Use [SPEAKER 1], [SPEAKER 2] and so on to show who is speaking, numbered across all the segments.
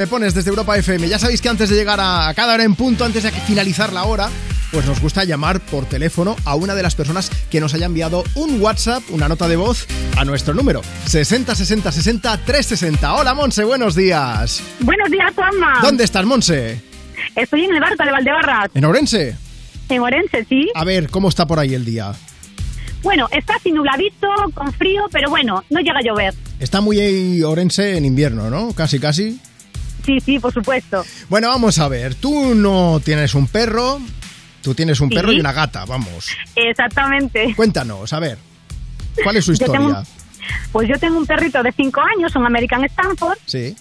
[SPEAKER 1] Me pones desde Europa FM. Ya sabéis que antes de llegar a cada hora en punto, antes de finalizar la hora, pues nos gusta llamar por teléfono a una de las personas que nos haya enviado un WhatsApp, una nota de voz, a nuestro número 60 60 60 360. Hola Monse, buenos días.
[SPEAKER 2] Buenos días, Juanma.
[SPEAKER 1] ¿Dónde estás, Monse?
[SPEAKER 2] Estoy en el barco de Valdebarras.
[SPEAKER 1] ¿En Orense?
[SPEAKER 2] En Orense, sí.
[SPEAKER 1] A ver, ¿cómo está por ahí el día?
[SPEAKER 2] Bueno, está así nubladito, con frío, pero bueno, no llega a llover.
[SPEAKER 1] Está muy ahí Orense en invierno, ¿no? Casi, casi.
[SPEAKER 2] Sí, sí, por supuesto.
[SPEAKER 1] Bueno, vamos a ver. Tú no tienes un perro, tú tienes un
[SPEAKER 2] Sí.
[SPEAKER 1] perro y una gata, vamos.
[SPEAKER 2] Exactamente.
[SPEAKER 1] Cuéntanos, a ver. ¿Cuál es su
[SPEAKER 2] Yo tengo un-
[SPEAKER 1] historia?
[SPEAKER 2] Pues yo tengo un perrito de 5 años, un American Stanford,
[SPEAKER 1] Sí.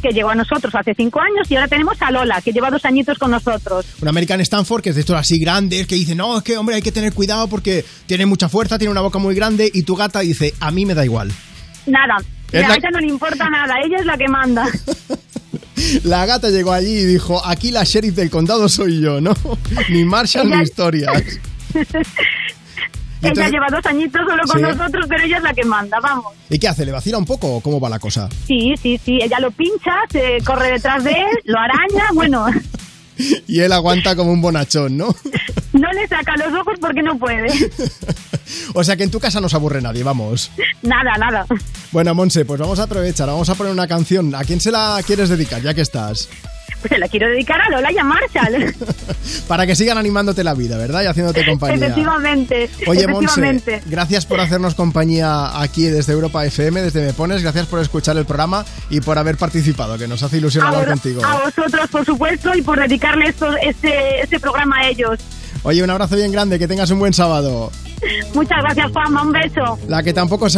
[SPEAKER 2] que llegó a nosotros hace 5 años y ahora tenemos a Lola, que lleva dos añitos con nosotros.
[SPEAKER 1] Un American Stanford que es de estos así grandes que dice, no, es que hombre, hay que tener cuidado porque tiene mucha fuerza, tiene una boca muy grande y tu gata dice, a mí me da igual.
[SPEAKER 2] Nada.
[SPEAKER 1] Es
[SPEAKER 2] a
[SPEAKER 1] la-
[SPEAKER 2] ella no le importa nada, ella es la que manda.
[SPEAKER 1] La gata llegó allí y dijo, aquí la sheriff del condado soy yo, ¿no? Ni Marshall ni
[SPEAKER 2] Ella-
[SPEAKER 1] historias. Y
[SPEAKER 2] ella
[SPEAKER 1] entonces-
[SPEAKER 2] lleva dos añitos solo con
[SPEAKER 1] Sí.
[SPEAKER 2] nosotros, pero ella es la que manda, vamos.
[SPEAKER 1] ¿Y qué hace? ¿Le vacila un poco o cómo va la cosa?
[SPEAKER 2] Sí, sí, sí, ella lo pincha, se corre detrás de él, lo araña, bueno,
[SPEAKER 1] Y él aguanta como un bonachón, ¿no?
[SPEAKER 2] no le saca los ojos porque no puede.
[SPEAKER 1] O sea que en tu casa no se aburre nadie, vamos.
[SPEAKER 2] Nada, nada.
[SPEAKER 1] Bueno, Monse, pues vamos a aprovechar, vamos a poner una canción. ¿A quién se la quieres dedicar, ya que estás?
[SPEAKER 2] Pues se la quiero dedicar a Lola y a Marshall.
[SPEAKER 1] Para que sigan animándote la vida, ¿verdad? Y haciéndote compañía.
[SPEAKER 2] Efectivamente.
[SPEAKER 1] Oye, Monse,
[SPEAKER 2] efectivamente.
[SPEAKER 1] gracias por hacernos compañía aquí desde Europa FM, desde Me Pones. Gracias por escuchar el programa y por haber participado, que nos hace ilusión
[SPEAKER 2] A,
[SPEAKER 1] hablar
[SPEAKER 2] vos-
[SPEAKER 1] contigo.
[SPEAKER 2] a vosotros, por supuesto, y por dedicarle esto- este, este programa a ellos.
[SPEAKER 1] Oye, un abrazo bien grande, que tengas un buen sábado.
[SPEAKER 2] Muchas gracias, Juanma. Un beso.
[SPEAKER 1] La que tampoco se